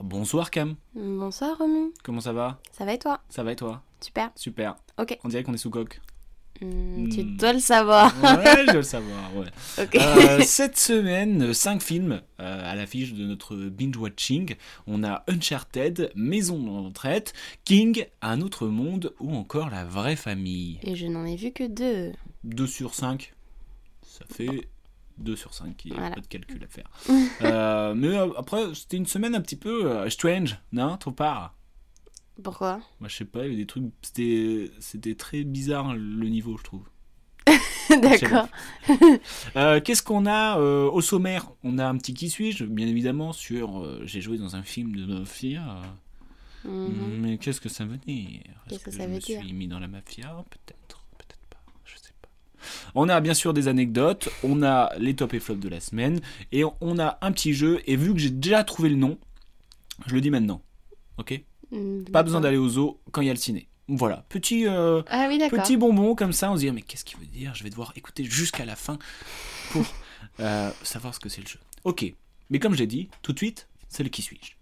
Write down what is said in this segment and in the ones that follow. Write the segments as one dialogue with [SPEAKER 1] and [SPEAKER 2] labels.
[SPEAKER 1] Bonsoir Cam.
[SPEAKER 2] Bonsoir Romu.
[SPEAKER 1] Comment ça va
[SPEAKER 2] Ça va et toi
[SPEAKER 1] Ça va et toi
[SPEAKER 2] Super.
[SPEAKER 1] Super.
[SPEAKER 2] Ok. Ah.
[SPEAKER 1] On dirait qu'on est sous coque.
[SPEAKER 2] Mmh, tu
[SPEAKER 1] Mm.
[SPEAKER 2] dois le savoir.
[SPEAKER 1] ouais, je dois le savoir, ouais.
[SPEAKER 2] Okay.
[SPEAKER 1] Euh, cette semaine, 5 films euh, à l'affiche de notre binge-watching. On a Uncharted, Maison de retraite, King, Un autre monde ou encore La vraie famille.
[SPEAKER 2] Et je n'en ai vu que 2.
[SPEAKER 1] 2 sur 5. Ça fait 2 sur 5 qui voilà. pas de calcul à faire. euh, mais après, c'était une semaine un petit peu euh, strange, non Trop part
[SPEAKER 2] pourquoi Moi,
[SPEAKER 1] bah, je sais pas, il y avait des trucs. C'était, c'était très bizarre le niveau, je trouve.
[SPEAKER 2] D'accord.
[SPEAKER 1] euh, qu'est-ce qu'on a euh, au sommaire On a un petit qui suis-je, bien évidemment, sur. Euh, j'ai joué dans un film de mafia. euh, Mm-hmm. Mais qu'est-ce que ça veut dire
[SPEAKER 2] Mhm. Qu'est-ce que,
[SPEAKER 1] que je
[SPEAKER 2] ça veut
[SPEAKER 1] me
[SPEAKER 2] dire
[SPEAKER 1] suis mis dans la mafia Peut-être, peut-être pas, je sais pas. On a bien sûr des anecdotes, on a les top et flops de la semaine, et on a un petit jeu, et vu que j'ai déjà trouvé le nom, je le dis maintenant. Ok Mm. pas besoin d'aller au zoo quand il y a le ciné. Voilà, petit, euh,
[SPEAKER 2] ah oui,
[SPEAKER 1] petit bonbon comme ça, on se dit mais qu'est-ce qu'il veut dire Je vais devoir écouter jusqu'à la fin pour euh, savoir ce que c'est le jeu. Ok, mais comme je l'ai dit, tout de suite, c'est le qui suis-je.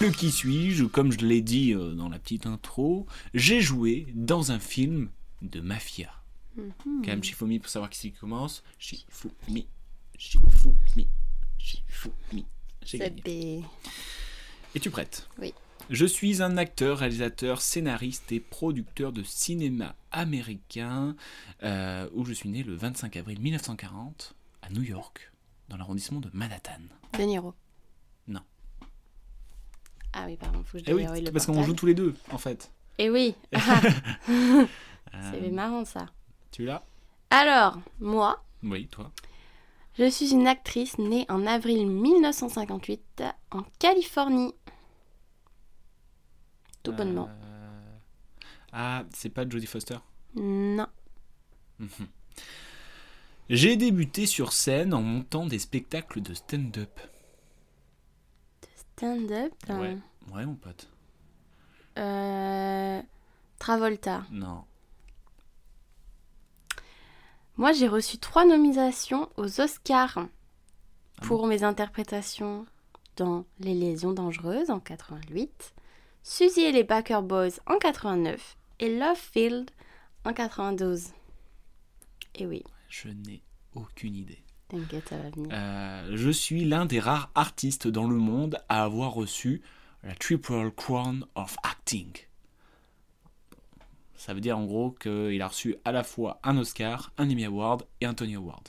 [SPEAKER 1] Le qui suis-je, comme je l'ai dit euh, dans la petite intro, j'ai joué dans un film de mafia. Mm-hmm. Quand même Shifumi pour savoir qui c'est qui commence. Shifumi, Shifumi. J'ai fou, oui, j'ai gagné. Es-tu prête
[SPEAKER 2] Oui.
[SPEAKER 1] Je suis un acteur, réalisateur, scénariste et producteur de cinéma américain euh, où je suis né le 25 avril 1940 à New York, dans l'arrondissement de Manhattan.
[SPEAKER 2] De Niro
[SPEAKER 1] Non.
[SPEAKER 2] Ah oui, pardon, faut que je
[SPEAKER 1] eh oui,
[SPEAKER 2] le
[SPEAKER 1] Parce qu'on joue tous les deux, en fait.
[SPEAKER 2] Eh oui ah. C'est euh... marrant ça.
[SPEAKER 1] Tu l'as
[SPEAKER 2] Alors, moi.
[SPEAKER 1] Oui, toi.
[SPEAKER 2] Je suis une actrice née en avril 1958 en Californie. Tout bonnement.
[SPEAKER 1] Euh... Ah, c'est pas Jodie Foster Euh. Mhm.
[SPEAKER 2] Non.
[SPEAKER 1] J'ai débuté sur scène en montant des spectacles de stand-up.
[SPEAKER 2] De stand-up hein.
[SPEAKER 1] ouais. ouais, mon pote.
[SPEAKER 2] Euh... Travolta.
[SPEAKER 1] Non.
[SPEAKER 2] Moi, j'ai reçu trois nominations aux Oscars pour ah bon mes interprétations dans Les Lésions Dangereuses en 88, Suzy et les Backer Boys en 89 et Love Field en 92. Et oui.
[SPEAKER 1] Je n'ai aucune idée.
[SPEAKER 2] T'inquiète, ça va venir.
[SPEAKER 1] Euh, je suis l'un des rares artistes dans le monde à avoir reçu la Triple Crown of Acting. Ça veut dire en gros qu'il a reçu à la fois un Oscar, un Emmy Award et un Tony Award.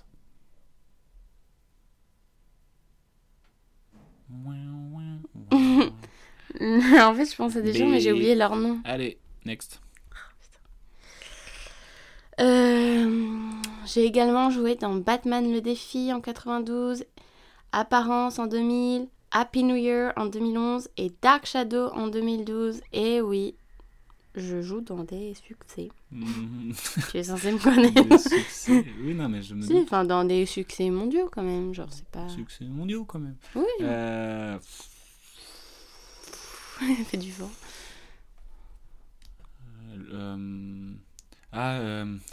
[SPEAKER 2] en fait, je pensais déjà, mais, mais j'ai oublié leur nom.
[SPEAKER 1] Allez, next.
[SPEAKER 2] Euh, j'ai également joué dans Batman le défi en 92, Apparence en 2000, Happy New Year en 2011 et Dark Shadow en 2012. Et oui, je joue dans des succès. Mmh. tu es censé me connaître.
[SPEAKER 1] Des succès. Oui, non, mais je me
[SPEAKER 2] si, enfin, dans des succès mondiaux quand même, genre c'est pas.
[SPEAKER 1] Succès mondiaux quand même.
[SPEAKER 2] Oui.
[SPEAKER 1] Euh...
[SPEAKER 2] fait du vent.
[SPEAKER 1] Euh, euh... Ah. Euh...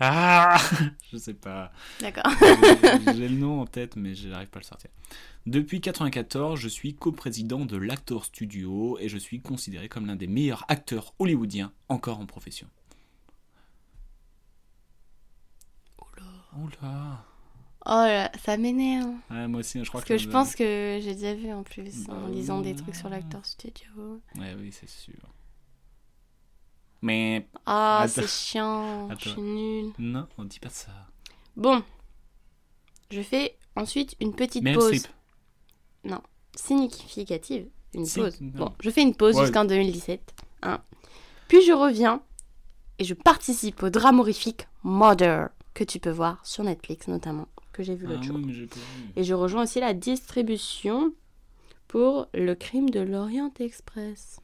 [SPEAKER 1] Ah Je sais pas.
[SPEAKER 2] D'accord.
[SPEAKER 1] j'ai, j'ai le nom en tête, mais je n'arrive pas à le sortir. Depuis 1994, je suis coprésident de l'Actor Studio et je suis considéré comme l'un des meilleurs acteurs hollywoodiens encore en profession.
[SPEAKER 2] Oula.
[SPEAKER 1] Oula.
[SPEAKER 2] Oh là, ça m'énerve.
[SPEAKER 1] Ouais, moi aussi, hein, je crois
[SPEAKER 2] Parce que, que je pense a... que j'ai déjà vu en plus en lisant des trucs
[SPEAKER 1] Mmh.
[SPEAKER 2] sur l'Actor Studio.
[SPEAKER 1] Ouais, oui, c'est sûr. Mais.
[SPEAKER 2] Ah, oh, c'est chiant. Attends. Je suis nulle.
[SPEAKER 1] Non, on dit pas ça.
[SPEAKER 2] Bon. Je fais ensuite une petite
[SPEAKER 1] Meryl
[SPEAKER 2] pause.
[SPEAKER 1] Strip.
[SPEAKER 2] Non. Significative. Une
[SPEAKER 1] Si-
[SPEAKER 2] pause.
[SPEAKER 1] non.
[SPEAKER 2] Bon, je fais une pause
[SPEAKER 1] Ouais.
[SPEAKER 2] jusqu'en 2017. hein. Puis je reviens et je participe au drame horrifique Murder que tu peux voir sur Netflix notamment. que j'ai vu
[SPEAKER 1] Ah
[SPEAKER 2] l'autre jour.
[SPEAKER 1] oui, mais j'ai pas vu.
[SPEAKER 2] Et je rejoins aussi la distribution pour Le crime de l'Orient Express.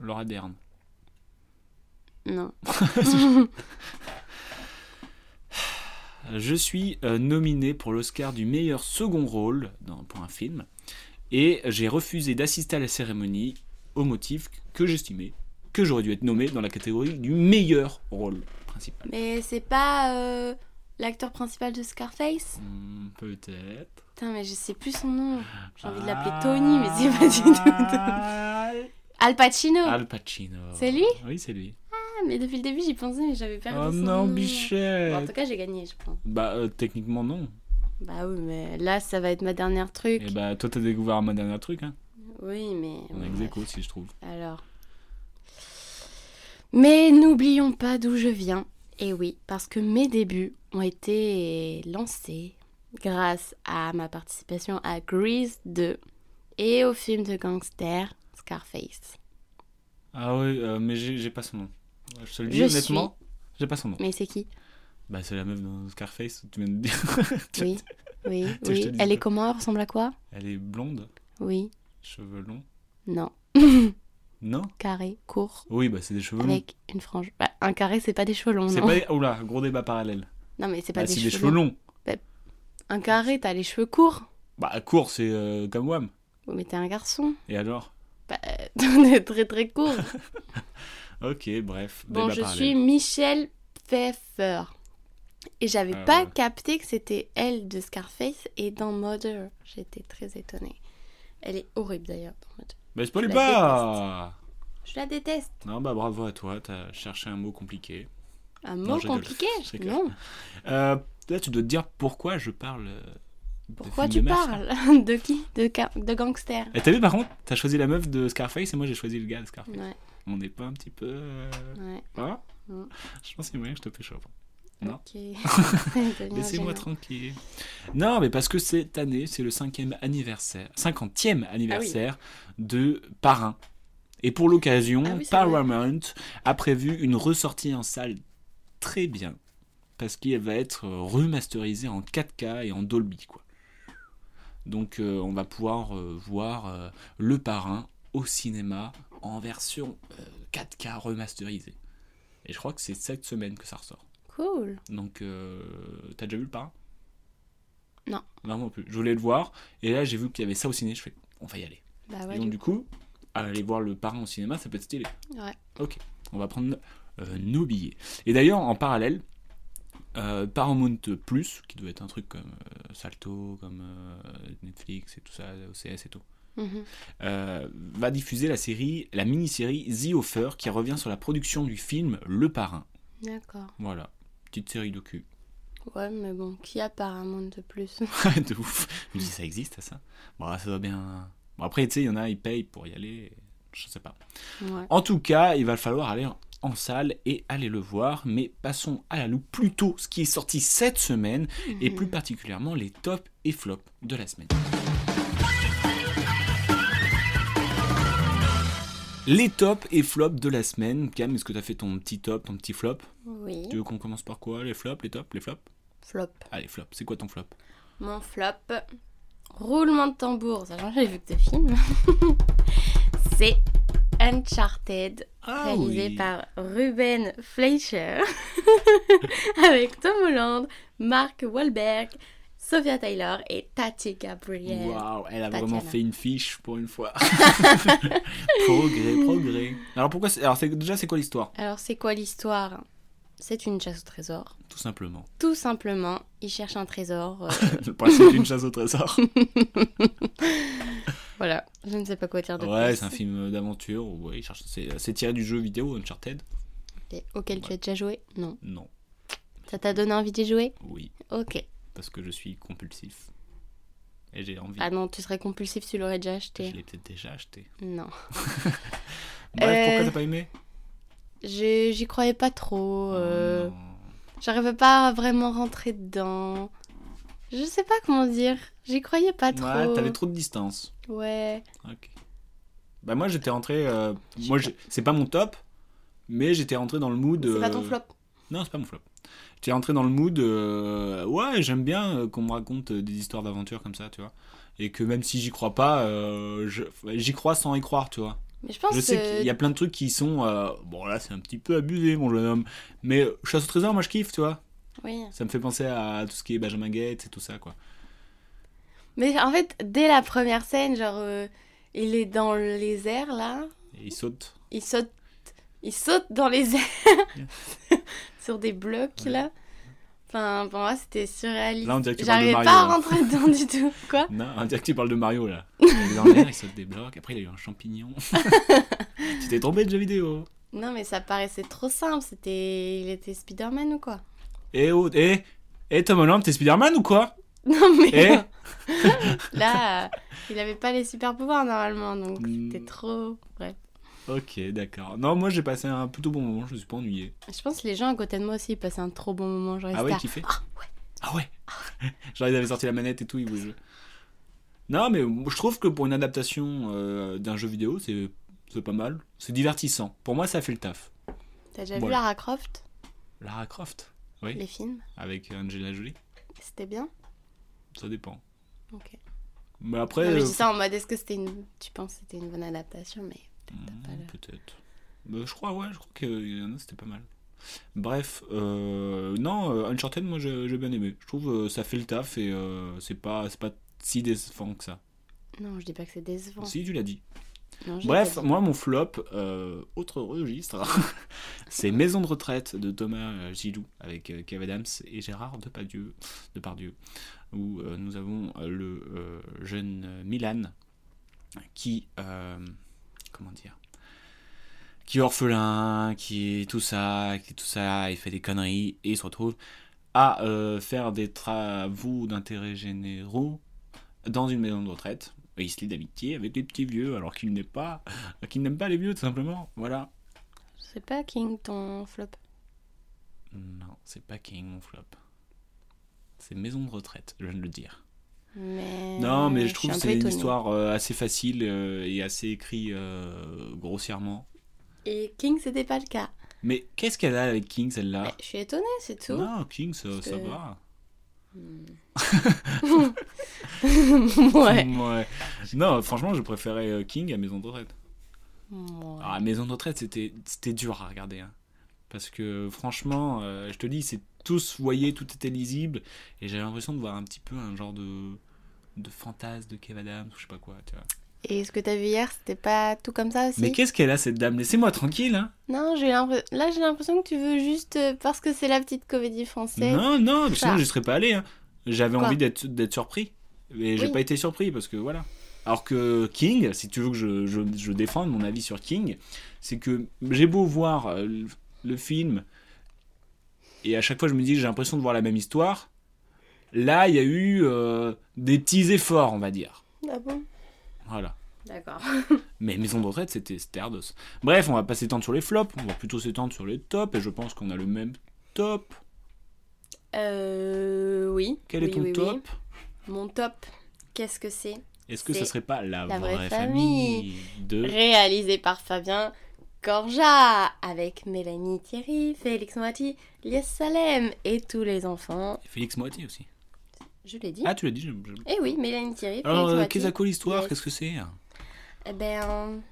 [SPEAKER 1] Laura Dern.
[SPEAKER 2] Non.
[SPEAKER 1] Je suis euh, nominé pour l'Oscar du meilleur second rôle dans- pour un film et j'ai refusé d'assister à la cérémonie au motif que j'estimais que j'aurais dû être nommé dans la catégorie du meilleur rôle principal.
[SPEAKER 2] Mais c'est pas euh, l'acteur principal de Scarface
[SPEAKER 1] Hmm, Peut-être.
[SPEAKER 2] Putain, mais je sais plus son nom. J'ai envie de l'appeler Tony, mais c'est pas du tout Tony. Al Pacino
[SPEAKER 1] Ah, Al Pacino.
[SPEAKER 2] C'est lui
[SPEAKER 1] Oui, c'est lui.
[SPEAKER 2] Ah, Mais depuis le début, j'y pensais, mais j'avais perdu
[SPEAKER 1] Oh
[SPEAKER 2] son
[SPEAKER 1] non,
[SPEAKER 2] nom.
[SPEAKER 1] bichette.
[SPEAKER 2] Bon, en tout cas, j'ai gagné, je pense.
[SPEAKER 1] Bah, euh, techniquement, non.
[SPEAKER 2] Bah oui, mais là, ça va être ma dernière truc.
[SPEAKER 1] Et bah, toi, t'as découvert un dernier truc, hein.
[SPEAKER 2] Oui, mais...
[SPEAKER 1] On a ex aequo, si je trouve.
[SPEAKER 2] Alors. Mais n'oublions pas d'où je viens. Et oui, parce que mes débuts ont été lancés grâce à ma participation à Grease 2 et au film de gangster Scarface.
[SPEAKER 1] Ah oui, euh, mais j'ai j'ai pas son nom. Je te le dis
[SPEAKER 2] Je
[SPEAKER 1] honnêtement, j'ai pas son nom.
[SPEAKER 2] Mais c'est qui
[SPEAKER 1] Bah, c'est la meuf dans Scarface, tu viens de dire. Tu-
[SPEAKER 2] Oui, oui,
[SPEAKER 1] Je te
[SPEAKER 2] oui.
[SPEAKER 1] dis pas.
[SPEAKER 2] Elle est comment Elle ressemble à quoi
[SPEAKER 1] Elle est blonde,
[SPEAKER 2] Oui,
[SPEAKER 1] cheveux longs.
[SPEAKER 2] non.
[SPEAKER 1] Non
[SPEAKER 2] Carré, court,
[SPEAKER 1] Oui, bah c'est des cheveux longs.
[SPEAKER 2] avec une frange. Bah, un carré, c'est pas des cheveux longs,
[SPEAKER 1] C'est
[SPEAKER 2] non
[SPEAKER 1] pas. des- Oula, gros débat parallèle.
[SPEAKER 2] Non, mais c'est pas
[SPEAKER 1] Bah,
[SPEAKER 2] des,
[SPEAKER 1] c'est
[SPEAKER 2] cheveux
[SPEAKER 1] des cheveux longs.
[SPEAKER 2] Un carré, t'as les cheveux courts.
[SPEAKER 1] Bah, court, c'est euh, comme Wam.
[SPEAKER 2] Oui, mais t'es un garçon.
[SPEAKER 1] Et alors
[SPEAKER 2] Bah, t'en es très très court.
[SPEAKER 1] Ok, bref.
[SPEAKER 2] Bon,
[SPEAKER 1] débat
[SPEAKER 2] je
[SPEAKER 1] parallèle.
[SPEAKER 2] suis Michelle Pfeiffer. Et j'avais
[SPEAKER 1] Ah
[SPEAKER 2] pas
[SPEAKER 1] ouais.
[SPEAKER 2] capté que c'était elle de Scarface et dans Mother. J'étais très étonnée. Elle est horrible d'ailleurs dans Mother.
[SPEAKER 1] Bah, spoil
[SPEAKER 2] je la
[SPEAKER 1] pas
[SPEAKER 2] Je la déteste.
[SPEAKER 1] Non, bah, bravo à toi, t'as cherché un mot compliqué.
[SPEAKER 2] Un
[SPEAKER 1] Non,
[SPEAKER 2] mot
[SPEAKER 1] je rigole.
[SPEAKER 2] compliqué
[SPEAKER 1] Je rigole.
[SPEAKER 2] Non.
[SPEAKER 1] Euh, là, tu dois te dire pourquoi je parle. euh, de
[SPEAKER 2] Pourquoi
[SPEAKER 1] films
[SPEAKER 2] tu
[SPEAKER 1] de mafia.
[SPEAKER 2] parles De qui de, ga- de gangster.
[SPEAKER 1] Et t'as vu, par contre, t'as choisi la meuf de Scarface et moi j'ai choisi le gars de Scarface.
[SPEAKER 2] Ouais,
[SPEAKER 1] On n'est pas un petit peu. euh,
[SPEAKER 2] ouais.
[SPEAKER 1] Hein
[SPEAKER 2] Mm.
[SPEAKER 1] Je pense qu'il y a moyen que je te pécho après. Non.
[SPEAKER 2] Ok. Ça devient
[SPEAKER 1] Laissez-moi
[SPEAKER 2] gênant.
[SPEAKER 1] tranquille. Non, mais parce que cette année, c'est le cinquième anniversaire, cinquantième anniversaire de Parrain. Et pour l'occasion,
[SPEAKER 2] Ah oui, c'est
[SPEAKER 1] Paramount a prévu une ressortie en salle très bien. Parce qu'elle va être remasterisée en 4K et en Dolby. Quoi. Donc euh, on va pouvoir euh, voir euh, le parrain au cinéma en version euh, 4K remasterisée. Et je crois que c'est cette semaine que ça ressort.
[SPEAKER 2] Cool.
[SPEAKER 1] Donc, euh, t'as déjà vu le parrain
[SPEAKER 2] Non.
[SPEAKER 1] Non, non plus. Je voulais le voir. Et là, j'ai vu qu'il y avait ça au ciné. Je fais, on va y aller.
[SPEAKER 2] Bah
[SPEAKER 1] et
[SPEAKER 2] ouais.
[SPEAKER 1] donc, du coup, aller voir le parrain au cinéma, ça peut être stylé.
[SPEAKER 2] Ouais.
[SPEAKER 1] Ok. On va prendre euh, nos billets. Et d'ailleurs, en parallèle, euh, Paramount Plus, qui doit être un truc comme euh, Salto, comme euh, Netflix et tout ça, OCS et tout,
[SPEAKER 2] Mhm.
[SPEAKER 1] euh, va diffuser la série, la mini-série The Offer, qui revient sur la production du film Le Parrain.
[SPEAKER 2] D'accord.
[SPEAKER 1] Voilà. Petite série docu.
[SPEAKER 2] Ouais, mais bon, qui apparemment de plus
[SPEAKER 1] de ouf. Je me dis, ça existe, ça Bon, ça doit bien. Bon, après, tu sais, il y en a, ils payent pour y aller. Je sais pas.
[SPEAKER 2] Ouais.
[SPEAKER 1] En tout cas, il va falloir aller en salle et aller le voir. Mais passons à la loupe plutôt ce qui est sorti cette semaine et plus particulièrement les tops et flops de la semaine. Les tops et flops de la semaine. Cam, est-ce que tu as fait ton petit top, ton petit flop
[SPEAKER 2] Oui.
[SPEAKER 1] Tu veux qu'on commence par quoi Les flops, les tops, les flops
[SPEAKER 2] Flop.
[SPEAKER 1] Allez, flop. C'est quoi ton flop
[SPEAKER 2] Mon flop, roulement de tambour, sachant que j'ai vu que deux films, c'est Uncharted, réalisé
[SPEAKER 1] Ah oui.
[SPEAKER 2] par Ruben Fleischer, avec Tom Holland, Mark Wahlberg, Sophia Taylor et Tati Gabriel.
[SPEAKER 1] Waouh, elle a
[SPEAKER 2] Tatiana.
[SPEAKER 1] vraiment fait une fiche pour une fois. progrès, progrès. Alors pourquoi c'est- Alors c'est déjà c'est quoi l'histoire
[SPEAKER 2] Alors c'est quoi l'histoire C'est une chasse au trésor.
[SPEAKER 1] Tout simplement.
[SPEAKER 2] Tout simplement, ils cherchent un trésor. euh,
[SPEAKER 1] Le principe d'une chasse au trésor.
[SPEAKER 2] voilà, je ne sais pas quoi dire de
[SPEAKER 1] ouais,
[SPEAKER 2] plus.
[SPEAKER 1] c'est un film d'aventure. où, ouais, il cherche- c'est euh, c'est tiré du jeu vidéo Uncharted.
[SPEAKER 2] Et- Auquel tu as déjà joué Non.
[SPEAKER 1] Non,
[SPEAKER 2] Ça t'a donné envie d'y jouer
[SPEAKER 1] oui,
[SPEAKER 2] Ok.
[SPEAKER 1] parce que je suis compulsif et j'ai envie.
[SPEAKER 2] Ah non, tu serais compulsif si tu l'aurais déjà
[SPEAKER 1] je
[SPEAKER 2] acheté.
[SPEAKER 1] l'ai peut-être déjà acheté.
[SPEAKER 2] Non.
[SPEAKER 1] Bref, pourquoi
[SPEAKER 2] Euh,
[SPEAKER 1] t'as pas aimé
[SPEAKER 2] Je- J'y croyais pas trop. euh,
[SPEAKER 1] Oh, non.
[SPEAKER 2] J'arrivais pas à vraiment rentrer dedans. Je sais pas comment dire. J'y croyais pas trop.
[SPEAKER 1] Ouais, t'avais trop de distance.
[SPEAKER 2] Ouais.
[SPEAKER 1] Ok. Bah moi j'étais rentré. euh, moi j'ai- c'est pas mon top, mais j'étais rentré dans le mood.
[SPEAKER 2] C'est pas ton
[SPEAKER 1] euh,
[SPEAKER 2] flop.
[SPEAKER 1] Non, c'est pas mon flop. Tu es rentré dans le mood. euh, ouais, j'aime bien euh, qu'on me raconte euh, des histoires d'aventure comme ça, tu vois. Et que même si j'y crois pas, euh, je- j'y crois sans y croire, tu vois.
[SPEAKER 2] Mais je pense
[SPEAKER 1] Je sais
[SPEAKER 2] que
[SPEAKER 1] qu'il y a plein de trucs qui sont. euh, bon, là, c'est un petit peu abusé, mon jeune homme. Mais euh, chasse au trésor, moi, je kiffe, tu vois.
[SPEAKER 2] oui.
[SPEAKER 1] Ça me fait penser à tout ce qui est Benjamin Gates et tout ça, quoi.
[SPEAKER 2] Mais en fait, dès la première scène, genre euh, il est dans les airs là,
[SPEAKER 1] Et il saute.
[SPEAKER 2] il saute il saute dans les airs sur des blocs là. Enfin, pour moi, c'était surréaliste.
[SPEAKER 1] Là, on dirait que tu parles de
[SPEAKER 2] J'arrivais
[SPEAKER 1] Mario, hein.
[SPEAKER 2] pas à
[SPEAKER 1] là.
[SPEAKER 2] rentrer dedans du tout, quoi.
[SPEAKER 1] Non, on dirait que tu parles de Mario, là. Il est dans l'air, il saute des blocs. Après, il a eu un champignon. tu t'es trompé de jeu vidéo.
[SPEAKER 2] Non, mais ça paraissait trop simple, c'était il était Spider-Man ou quoi
[SPEAKER 1] Eh oh, eh, eh Tom Holland, t'es Spider-Man ou quoi
[SPEAKER 2] Non mais
[SPEAKER 1] Eh
[SPEAKER 2] là, euh, il avait pas les super pouvoirs normalement, donc
[SPEAKER 1] Hmm.
[SPEAKER 2] c'était trop. Bref.
[SPEAKER 1] Ok, d'accord. Non, moi j'ai passé un plutôt bon moment, je me suis pas ennuyé.
[SPEAKER 2] Je pense que les gens à côté de moi aussi ils passaient un trop bon moment. Genre, ils
[SPEAKER 1] Ah ouais,
[SPEAKER 2] étaient
[SPEAKER 1] kiffé
[SPEAKER 2] Ah
[SPEAKER 1] Ah ouais Genre ils avaient sorti la manette et tout, ils bougeaient. Non, mais je trouve que pour une adaptation euh, d'un jeu vidéo, c'est c'est pas mal. C'est divertissant. Pour moi, ça fait le taf.
[SPEAKER 2] à- T'as déjà vu
[SPEAKER 1] Voilà.
[SPEAKER 2] Lara Croft
[SPEAKER 1] Lara Croft, oui,
[SPEAKER 2] Les films
[SPEAKER 1] avec Angela Jolie,
[SPEAKER 2] C'était bien
[SPEAKER 1] ça dépend.
[SPEAKER 2] Ok.
[SPEAKER 1] Mais après,
[SPEAKER 2] Non, mais je
[SPEAKER 1] euh,
[SPEAKER 2] dis ça en mode est-ce que c'était une. Tu penses que c'était une bonne adaptation, mais
[SPEAKER 1] Hmm,
[SPEAKER 2] pas l'air.
[SPEAKER 1] Peut-être. Bah, je crois, ouais, je crois qu'il y en a, c'était pas mal. Bref, euh, non, euh, Uncharted, moi j'ai j'ai bien aimé. Je trouve euh, ça fait le taf et euh, c'est pas, c'est pas si décevant que ça.
[SPEAKER 2] non, je dis pas que c'est décevant.
[SPEAKER 1] Si, tu l'as dit.
[SPEAKER 2] Non, j'ai
[SPEAKER 1] Bref,
[SPEAKER 2] pas dit.
[SPEAKER 1] moi mon flop, euh, autre registre, c'est Maison de retraite de Thomas euh, Gilou avec euh, Kev Adams et Gérard Depardieu, Depardieu où euh, nous avons euh, le euh, jeune euh, Milan qui, euh, comment dire, qui est orphelin, qui est tout ça, qui est tout ça, il fait des conneries et il se retrouve à euh, faire des travaux d'intérêt généraux dans une maison de retraite. Et il se lie d'amitié avec des petits vieux, alors qu'il n'est pas, qu'il n'aime pas les vieux, tout simplement. Voilà.
[SPEAKER 2] Je sais pas, King, ton flop.
[SPEAKER 1] Non, c'est pas King, mon flop. C'est maison de retraite, je viens de le dire.
[SPEAKER 2] Mais.
[SPEAKER 1] non, mais je
[SPEAKER 2] Euh, suis
[SPEAKER 1] trouve
[SPEAKER 2] un
[SPEAKER 1] que
[SPEAKER 2] peu
[SPEAKER 1] c'est une
[SPEAKER 2] étonnée.
[SPEAKER 1] histoire euh, assez facile euh, et assez écrite euh, grossièrement.
[SPEAKER 2] Et King, c'était pas le cas.
[SPEAKER 1] Mais qu'est-ce qu'elle a avec King, celle-là
[SPEAKER 2] Mais je suis étonnée, c'est Bah, tout.
[SPEAKER 1] Ah. Non, King, ça,
[SPEAKER 2] Parce
[SPEAKER 1] ça
[SPEAKER 2] que-
[SPEAKER 1] va.
[SPEAKER 2] Hmm. ouais.
[SPEAKER 1] Non, franchement, je préférais euh, King à maison de retraite.
[SPEAKER 2] Ouais.
[SPEAKER 1] Ah, Maison de retraite, c'était c'était dur à regarder. hein. Parce que franchement, euh, je te dis, c'est tous voyés, tout était lisible. Et j'avais l'impression de voir un petit peu un genre de, de fantasme de Kev Adams, ou je sais pas quoi. tu vois.
[SPEAKER 2] Et ce que t'as vu hier, c'était pas tout comme ça aussi
[SPEAKER 1] Mais qu'est-ce qu'elle a cette dame Laissez-moi tranquille. Hein.
[SPEAKER 2] Non, j'ai l'impre- là j'ai l'impression que tu veux juste euh, parce que c'est la petite comédie française.
[SPEAKER 1] Non, non,
[SPEAKER 2] ça.
[SPEAKER 1] sinon je serais pas allé. hein. J'avais
[SPEAKER 2] Quoi
[SPEAKER 1] envie d'être d'être surpris. Mais j'ai
[SPEAKER 2] Oui.
[SPEAKER 1] pas été surpris parce que voilà. Alors que King, si tu veux que je, je, je défende mon avis sur King, c'est que j'ai beau voir euh, le, le film et à chaque fois je me dis j'ai l'impression de voir la même histoire. Là, il y a eu euh, des petits efforts, on va dire.
[SPEAKER 2] Ah bon
[SPEAKER 1] Voilà.
[SPEAKER 2] D'accord.
[SPEAKER 1] Mais Maison de retraite, c'était c'était Ardos. Bref, on va pas s'étendre sur les flops, on va plutôt s'étendre sur les tops et je pense qu'on a le même top.
[SPEAKER 2] Euh. Oui.
[SPEAKER 1] Quel est
[SPEAKER 2] Oui,
[SPEAKER 1] ton
[SPEAKER 2] oui, oui.
[SPEAKER 1] top
[SPEAKER 2] Mon top, qu'est-ce que c'est
[SPEAKER 1] Est-ce que ça
[SPEAKER 2] C'est
[SPEAKER 1] serait pas la,
[SPEAKER 2] La
[SPEAKER 1] vraie,
[SPEAKER 2] Vraie
[SPEAKER 1] famille, de
[SPEAKER 2] Réalisé par Fabien Corja avec Mélanie Thierry, Félix Moati, Lies Salem et tous les enfants.
[SPEAKER 1] Félix Moitié aussi
[SPEAKER 2] Je l'ai dit.
[SPEAKER 1] Ah, tu l'as dit. j'aime- j'aime.
[SPEAKER 2] Eh oui, Mélanie Thierry,
[SPEAKER 1] Alors, euh,
[SPEAKER 2] Félix
[SPEAKER 1] qu'est-ce
[SPEAKER 2] Moati.
[SPEAKER 1] que l'histoire
[SPEAKER 2] Yes.
[SPEAKER 1] Qu'est-ce que c'est
[SPEAKER 2] Eh ben,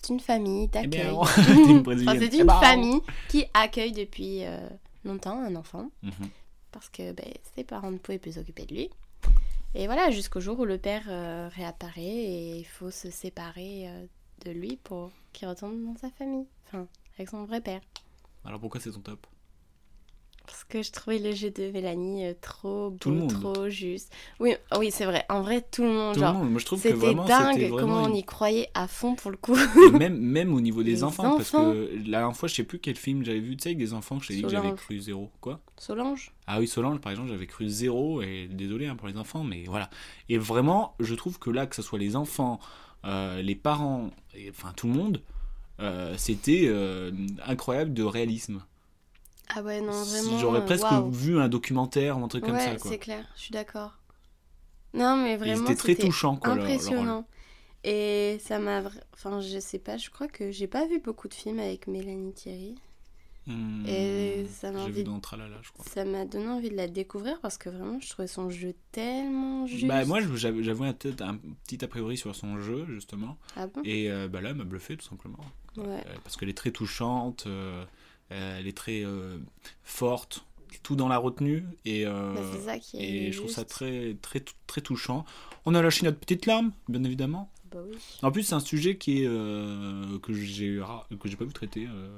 [SPEAKER 2] c'est une famille
[SPEAKER 1] Eh
[SPEAKER 2] d'accueil.
[SPEAKER 1] bien,
[SPEAKER 2] Enfin,
[SPEAKER 1] t'es une brésilienne.
[SPEAKER 2] c'est
[SPEAKER 1] Eh
[SPEAKER 2] une
[SPEAKER 1] ben.
[SPEAKER 2] famille qui accueille depuis euh, longtemps un enfant.
[SPEAKER 1] Mhm.
[SPEAKER 2] parce que ben, ses parents ne pouvaient plus s'occuper de lui. Et voilà, jusqu'au jour où le père euh, réapparaît et il faut se séparer euh, de lui pour qu'il retourne dans sa famille, enfin, avec son vrai père.
[SPEAKER 1] Alors, pourquoi c'est ton top
[SPEAKER 2] Parce que je trouvais le jeu de Mélanie euh, trop beau,
[SPEAKER 1] Tout le monde.
[SPEAKER 2] trop juste. Oui, ah oui c'est vrai, en vrai, tout le monde,
[SPEAKER 1] Tout le
[SPEAKER 2] genre,
[SPEAKER 1] monde, moi je trouve que
[SPEAKER 2] c'était
[SPEAKER 1] vraiment,
[SPEAKER 2] dingue
[SPEAKER 1] c'était
[SPEAKER 2] comment
[SPEAKER 1] vraiment.
[SPEAKER 2] on y croyait à fond pour le coup.
[SPEAKER 1] une- et Même, même au niveau des
[SPEAKER 2] Les
[SPEAKER 1] enfants, parce
[SPEAKER 2] enfants.
[SPEAKER 1] que la dernière fois, je sais plus quel film j'avais vu, tu sais, avec des enfants, je t'ai dit que j'avais
[SPEAKER 2] Solange.
[SPEAKER 1] cru zéro. Quoi
[SPEAKER 2] Solange
[SPEAKER 1] Ah oui, Solange, par exemple, j'avais cru zéro, et désolé hein, pour les enfants, mais voilà. Et vraiment, je trouve que là, que ce soit les enfants, euh, les parents, et, enfin tout le monde, euh, c'était euh, incroyable de réalisme.
[SPEAKER 2] Ah ouais, non,
[SPEAKER 1] Si
[SPEAKER 2] vraiment.
[SPEAKER 1] J'aurais
[SPEAKER 2] euh,
[SPEAKER 1] presque
[SPEAKER 2] waouh.
[SPEAKER 1] vu un documentaire ou un truc comme ça.
[SPEAKER 2] Ouais,
[SPEAKER 1] Quoi.
[SPEAKER 2] c'est clair, je suis d'accord. Non, mais
[SPEAKER 1] Et
[SPEAKER 2] vraiment,
[SPEAKER 1] c'était très touchant. Quoi, leur- leur rôle.
[SPEAKER 2] impressionnant. Et ça m'a. vra- Enfin, je sais pas, je crois que j'ai pas vu beaucoup de films avec Mélanie Thierry.
[SPEAKER 1] Hmm.
[SPEAKER 2] Et ça m'a
[SPEAKER 1] J'ai
[SPEAKER 2] envie
[SPEAKER 1] vu
[SPEAKER 2] de-
[SPEAKER 1] dans Tralala, je crois.
[SPEAKER 2] Ça m'a donné envie de la découvrir parce que vraiment, je trouvais son jeu tellement juste.
[SPEAKER 1] Bah, moi, je- j'avais j'avais un, tête- un petit a priori sur son jeu, justement.
[SPEAKER 2] Ah bon
[SPEAKER 1] Et euh, bah, là, elle m'a bluffé, tout simplement.
[SPEAKER 2] Ouais.
[SPEAKER 1] Euh, parce qu'elle est très touchante, euh, euh, elle est très euh, forte, tout dans la retenue. Et, euh,
[SPEAKER 2] Bah, c'est ça qui est.
[SPEAKER 1] et je trouve ça
[SPEAKER 2] juste.
[SPEAKER 1] très, très, tou- très touchant. On a lâché notre petite larme, bien évidemment.
[SPEAKER 2] Bah oui.
[SPEAKER 1] En plus, c'est un sujet qui est, euh, que j'ai ra- que j'ai pas vu traiter. euh,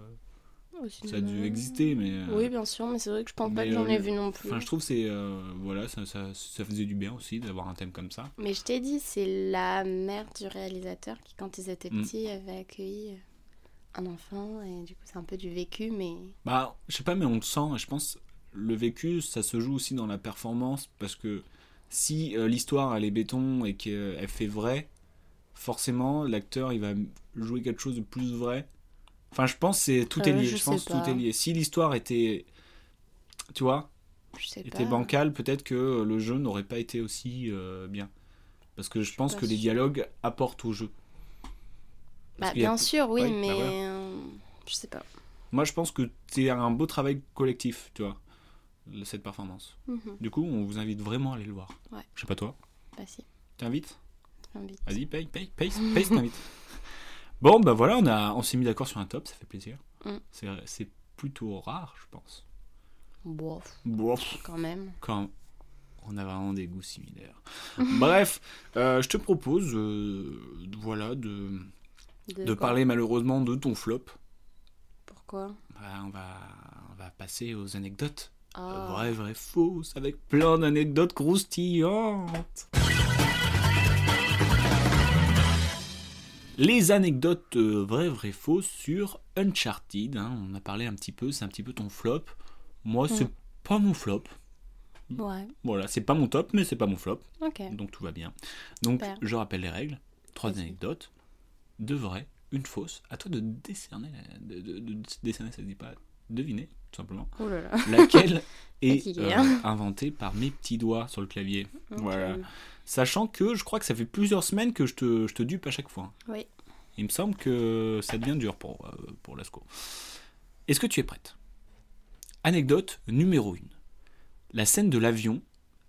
[SPEAKER 2] Au
[SPEAKER 1] ça a dû
[SPEAKER 2] cinéma.
[SPEAKER 1] exister, mais. euh,
[SPEAKER 2] Oui, bien sûr, mais c'est vrai que je pense pas
[SPEAKER 1] mais,
[SPEAKER 2] que j'en
[SPEAKER 1] euh,
[SPEAKER 2] ai vu non plus.
[SPEAKER 1] Enfin, je trouve c'est euh, voilà, ça, ça, ça faisait du bien aussi d'avoir un thème comme ça.
[SPEAKER 2] Mais je t'ai dit, c'est la mère du réalisateur qui, quand ils étaient
[SPEAKER 1] Mm.
[SPEAKER 2] petits, avait accueilli euh, un enfant. Et du coup, c'est un peu du vécu, mais.
[SPEAKER 1] Bah, je sais pas, mais on le sent. Et je pense le vécu, ça se joue aussi dans la performance parce que si euh, l'histoire elle est béton et qu'elle fait vrai, forcément l'acteur il va jouer quelque chose de plus vrai. Enfin, je pense que c'est tout est
[SPEAKER 2] Euh,
[SPEAKER 1] lié.
[SPEAKER 2] je
[SPEAKER 1] Je, pense
[SPEAKER 2] sais
[SPEAKER 1] que tout
[SPEAKER 2] pas.
[SPEAKER 1] est lié. Si l'histoire était, tu vois,
[SPEAKER 2] Je sais
[SPEAKER 1] était
[SPEAKER 2] pas.
[SPEAKER 1] bancale, peut-être que euh, le jeu n'aurait pas été aussi euh, bien. Parce que je, pense
[SPEAKER 2] pas
[SPEAKER 1] que les
[SPEAKER 2] sûre.
[SPEAKER 1] dialogues apportent au jeu.
[SPEAKER 2] Bah,
[SPEAKER 1] Parce qu'il y a-
[SPEAKER 2] bien sûr, oui,
[SPEAKER 1] Oui, bah
[SPEAKER 2] mais.
[SPEAKER 1] voilà.
[SPEAKER 2] euh, Je sais pas.
[SPEAKER 1] Moi, je pense que c'est un beau travail collectif, tu vois, cette performance.
[SPEAKER 2] Mhm.
[SPEAKER 1] Du coup, on vous invite vraiment à aller le voir.
[SPEAKER 2] Ouais.
[SPEAKER 1] Je sais pas toi.
[SPEAKER 2] Bah, si,
[SPEAKER 1] T'invites
[SPEAKER 2] j'ai envie.
[SPEAKER 1] Vas-y, paye, paye, paye, paye, t'invites. Bon, bah voilà, on, a, on s'est mis d'accord sur un top, ça fait plaisir.
[SPEAKER 2] Mm.
[SPEAKER 1] C'est, c'est plutôt rare, je pense.
[SPEAKER 2] Bof,
[SPEAKER 1] Bon,
[SPEAKER 2] quand même.
[SPEAKER 1] quand on a vraiment des goûts similaires. Bref, euh, je te propose, euh, voilà, de, de
[SPEAKER 2] quoi
[SPEAKER 1] parler malheureusement de ton flop.
[SPEAKER 2] Pourquoi
[SPEAKER 1] Bah, on, va, on va passer aux anecdotes.
[SPEAKER 2] Ah.
[SPEAKER 1] Vrai, vrai, fausse, avec plein d'anecdotes croustillantes. Les anecdotes euh, vraies, vraies, fausses sur Uncharted. hein. on a parlé un petit peu, c'est un petit peu ton flop. Moi, c'est pas mon flop.
[SPEAKER 2] Ouais,
[SPEAKER 1] Voilà, c'est pas mon top, mais c'est pas mon flop.
[SPEAKER 2] ok.
[SPEAKER 1] Donc tout va bien. Donc
[SPEAKER 2] Super.
[SPEAKER 1] je rappelle les règles. Trois
[SPEAKER 2] Vas-y.
[SPEAKER 1] anecdotes. Deux vraies, une fausse. À toi de décerner, la- de, de- de décerner, ça se dit pas, deviner, tout simplement
[SPEAKER 2] Oh là là.
[SPEAKER 1] laquelle est
[SPEAKER 2] Fatigué,
[SPEAKER 1] euh,
[SPEAKER 2] hein.
[SPEAKER 1] inventée par mes petits doigts sur le clavier.
[SPEAKER 2] Ok.
[SPEAKER 1] Voilà. Sachant que je crois que ça fait plusieurs semaines que je te, je te dupe à chaque fois.
[SPEAKER 2] Oui.
[SPEAKER 1] Il me semble que ça devient dur pour, euh, pour Lasco. Est-ce que tu es prête Anecdote numéro 1. La scène de l'avion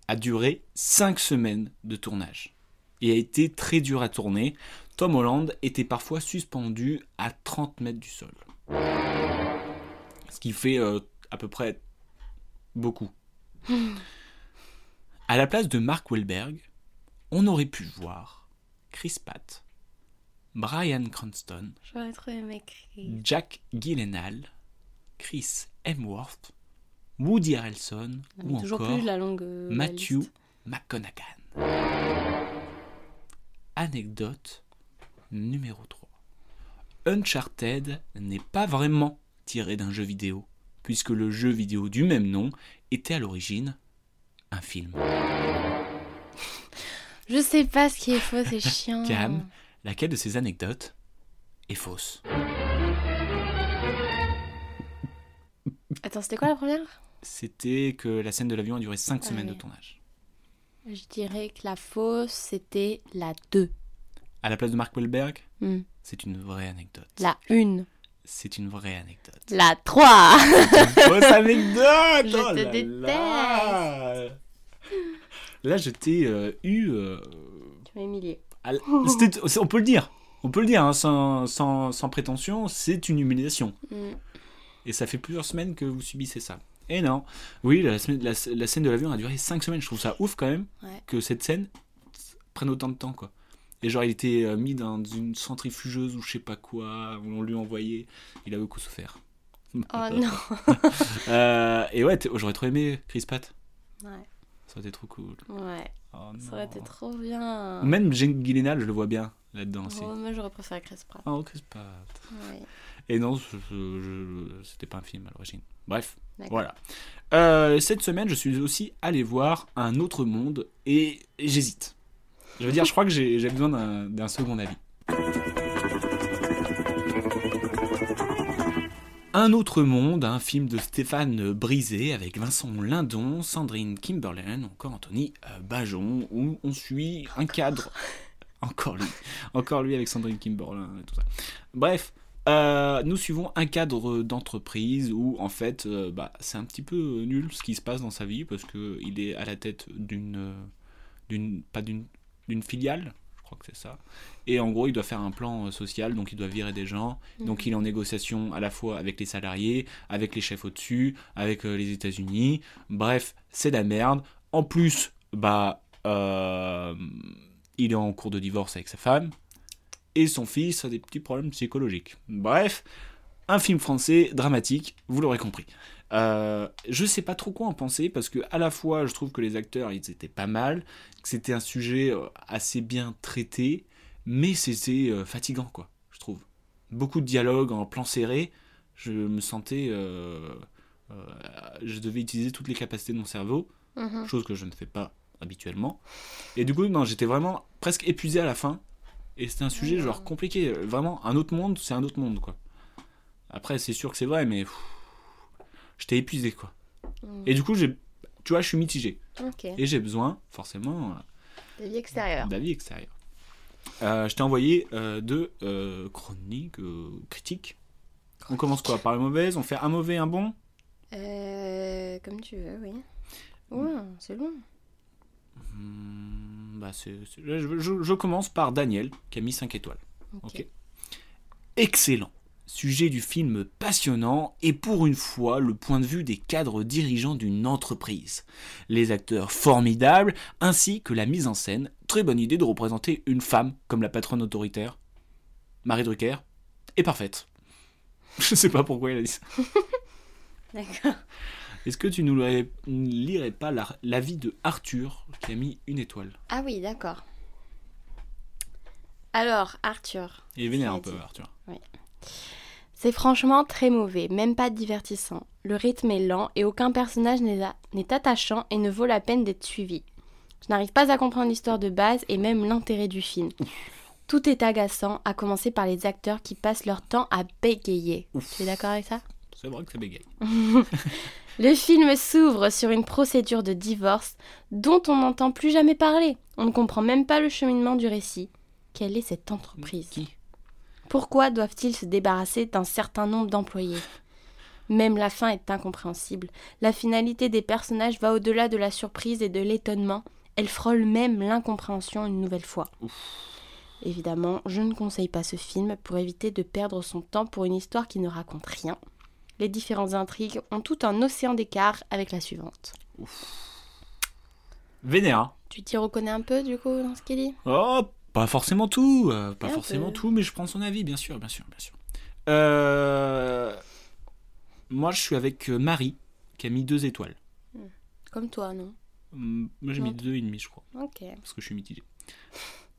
[SPEAKER 1] a duré 5 semaines de tournage et a été très dure à tourner. Tom Holland était parfois suspendu à 30 mètres du sol. Ce qui fait euh, à peu près beaucoup. à la place de Mark Wahlberg, on aurait pu voir Chris Pratt, Brian Cranston,
[SPEAKER 2] J'aurais trop aimé écrire.
[SPEAKER 1] Jack Gyllenhaal, Chris Hemsworth, Woody Harrelson ou
[SPEAKER 2] Mais toujours
[SPEAKER 1] encore
[SPEAKER 2] plus la longue. euh, la
[SPEAKER 1] Matthew
[SPEAKER 2] liste.
[SPEAKER 1] McConaughey. Anecdote numéro 3. Uncharted n'est pas vraiment tiré d'un jeu vidéo, puisque le jeu vidéo du même nom était à l'origine un film.
[SPEAKER 2] Je sais pas ce qui est faux, c'est chiant.
[SPEAKER 1] Cam, laquelle de ces anecdotes est fausse
[SPEAKER 2] Attends, c'était quoi la première
[SPEAKER 1] C'était que la scène de l'avion a duré 5
[SPEAKER 2] Ah
[SPEAKER 1] semaines
[SPEAKER 2] oui.
[SPEAKER 1] de tournage.
[SPEAKER 2] Je dirais que la fausse, c'était la 2.
[SPEAKER 1] À la place de Mark Wahlberg,
[SPEAKER 2] Hmm.
[SPEAKER 1] c'est une vraie anecdote.
[SPEAKER 2] La 1.
[SPEAKER 1] C'est une vraie anecdote.
[SPEAKER 2] La 3.
[SPEAKER 1] Fausse anecdote
[SPEAKER 2] Je
[SPEAKER 1] oh
[SPEAKER 2] te
[SPEAKER 1] là là. Là, je t'ai euh, eu. euh,
[SPEAKER 2] tu m'as humilié.
[SPEAKER 1] à l- c'était- c'est- on peut le dire. On peut le dire, hein, sans, sans- sans prétention, c'est une humiliation.
[SPEAKER 2] Hmm.
[SPEAKER 1] Et ça fait plusieurs semaines que vous subissez ça. Et non. Oui, la, semaine- la- la scène de l'avion a duré 5 semaines. Je trouve ça ouf quand même
[SPEAKER 2] Ouais.
[SPEAKER 1] que cette scène prenne autant de temps, quoi. Et genre, il était euh, mis dans une centrifugeuse ou je sais pas quoi, on lui envoyé. Il a beaucoup souffert.
[SPEAKER 2] Oh non.
[SPEAKER 1] Euh, et ouais, t- j'aurais trop aimé Chris Pat.
[SPEAKER 2] Ouais.
[SPEAKER 1] Ça aurait été trop cool.
[SPEAKER 2] Ouais,
[SPEAKER 1] Oh,
[SPEAKER 2] ça
[SPEAKER 1] non.
[SPEAKER 2] aurait été trop bien.
[SPEAKER 1] Ou Même Jane Gyllenhaal, je le vois bien là-dedans aussi.
[SPEAKER 2] Oh, moi, j'aurais préféré Chris Pratt.
[SPEAKER 1] Oh, Chris Pat.
[SPEAKER 2] Ouais.
[SPEAKER 1] Et non, je- je- je- c'était pas un film à l'origine. Bref,
[SPEAKER 2] D'accord.
[SPEAKER 1] voilà. Euh, cette semaine, je suis aussi allé voir Un autre monde et et j'hésite. Je veux dire, je crois que j'ai j'ai besoin d'un d'un second avis. Un autre monde, un film de Stéphane Brisé avec Vincent Lindon, Sandrine Kimberlin, encore Anthony euh, Bajon, où on suit un cadre. Encore lui. Encore lui avec Sandrine Kimberlin et tout ça. Bref, Euh, nous suivons un cadre d'entreprise où en fait euh, bah, c'est un petit peu nul ce qui se passe dans sa vie parce que il est à la tête d'une euh, d'une pas d'une d'une filiale je crois que c'est ça et en gros il doit faire un plan euh, social donc il doit virer des gens donc il est en négociation à la fois avec les salariés avec les chefs au-dessus avec euh, les États-Unis bref c'est la merde en plus bah euh, il est en cours de divorce avec sa femme et son fils a des petits problèmes psychologiques. Bref, un film français dramatique, vous l'aurez compris. Euh, je sais pas trop quoi en penser parce que à la fois je trouve que les acteurs ils étaient pas mal, que c'était un sujet euh, assez bien traité, mais c'était euh, fatigant quoi, je trouve. Beaucoup de dialogues en plan serré, je me sentais, euh, euh, je devais utiliser toutes les capacités de mon cerveau,
[SPEAKER 2] Mhm.
[SPEAKER 1] chose que je ne fais pas habituellement. Et du coup, non, j'étais vraiment presque épuisé à la fin. Et c'était un sujet genre compliqué, vraiment un autre monde, c'est un autre monde quoi. Après, c'est sûr que c'est vrai, mais pff, j'étais épuisé quoi.
[SPEAKER 2] Mm.
[SPEAKER 1] Et du coup, j'ai, tu vois, je suis mitigé.
[SPEAKER 2] Ok.
[SPEAKER 1] Et j'ai besoin forcément
[SPEAKER 2] La vie extérieure.
[SPEAKER 1] d'avis extérieur. Euh, je t'ai envoyé euh, deux euh, chroniques euh, critiques. On commence quoi Par les mauvaises On fait un mauvais, un bon
[SPEAKER 2] Euh, comme tu veux, oui.
[SPEAKER 1] Mm.
[SPEAKER 2] Ouh, c'est long.
[SPEAKER 1] Hmm, bah, c'est- c'est- je, je- je commence par Daniel, qui a mis 5 étoiles.
[SPEAKER 2] Ok.
[SPEAKER 1] Ok. Excellent. Sujet du film passionnant et pour une fois le point de vue des cadres dirigeants d'une entreprise. Les acteurs formidables ainsi que la mise en scène. Très bonne idée de représenter une femme comme la patronne autoritaire. Marie Drucker est parfaite. Je sais pas pourquoi il a dit ça.
[SPEAKER 2] D'accord.
[SPEAKER 1] Est-ce que tu nous lirais- lirais pas la- l'avis de Arthur qui a mis une étoile
[SPEAKER 2] Ah oui, d'accord. Alors, Arthur.
[SPEAKER 1] Il est vénère
[SPEAKER 2] Ça
[SPEAKER 1] un
[SPEAKER 2] a
[SPEAKER 1] peu
[SPEAKER 2] dit.
[SPEAKER 1] Arthur.
[SPEAKER 2] C'est franchement très mauvais, même pas divertissant. Le rythme est lent et aucun personnage n'est a- n'est attachant et ne vaut la peine d'être suivi. Je n'arrive pas à comprendre l'histoire de base et même l'intérêt du film. Tout est agaçant, à commencer par les acteurs qui passent leur temps à bégayer. Tu es d'accord avec ça
[SPEAKER 1] C'est vrai que ça bégaye.
[SPEAKER 2] Le film s'ouvre sur une procédure de divorce dont on n'entend plus jamais parler. On ne comprend même pas le cheminement du récit. Quelle est cette entreprise
[SPEAKER 1] Qui
[SPEAKER 2] Pourquoi doivent-ils se débarrasser d'un certain nombre d'employés Même la fin est incompréhensible. La finalité des personnages va au-delà de la surprise et de l'étonnement. Elle frôle même l'incompréhension une nouvelle fois. Évidemment, je ne conseille pas ce film pour éviter de perdre son temps pour une histoire qui ne raconte rien. Les différentes intrigues ont tout un océan d'écart avec la suivante.
[SPEAKER 1] Vénère.
[SPEAKER 2] Tu t'y reconnais un peu du coup dans ce qu'il dit
[SPEAKER 1] Oh, pas forcément tout, euh, pas
[SPEAKER 2] Un
[SPEAKER 1] forcément
[SPEAKER 2] peu.
[SPEAKER 1] tout, mais je prends son avis, bien sûr, bien sûr, bien sûr. Euh, Moi, je suis avec euh, Marie, qui a mis deux étoiles.
[SPEAKER 2] Comme toi, non
[SPEAKER 1] Hum, Moi, j'ai
[SPEAKER 2] Non.
[SPEAKER 1] mis deux et demi, je crois,
[SPEAKER 2] Ok.
[SPEAKER 1] parce que je suis mitigé.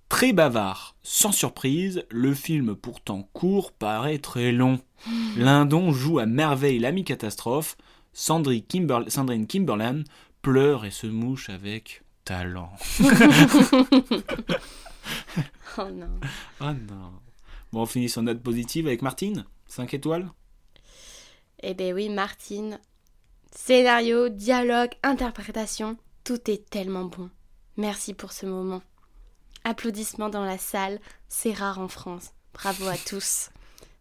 [SPEAKER 1] Très bavard, sans surprise, le film pourtant court paraît très long.
[SPEAKER 2] Hmm.
[SPEAKER 1] Lindon joue à merveille l'ami catastrophe, Sandrine, Kimber- Sandrine Kimberland pleure et se mouche avec talent.
[SPEAKER 2] Oh non.
[SPEAKER 1] Ah non. Bon, on finit sur note positive avec Martine. 5 étoiles.
[SPEAKER 2] Eh ben oui, Martine. Scénario, dialogue, interprétation, tout est tellement bon. Merci pour ce moment. Applaudissements dans la salle, c'est rare en France. Bravo à tous.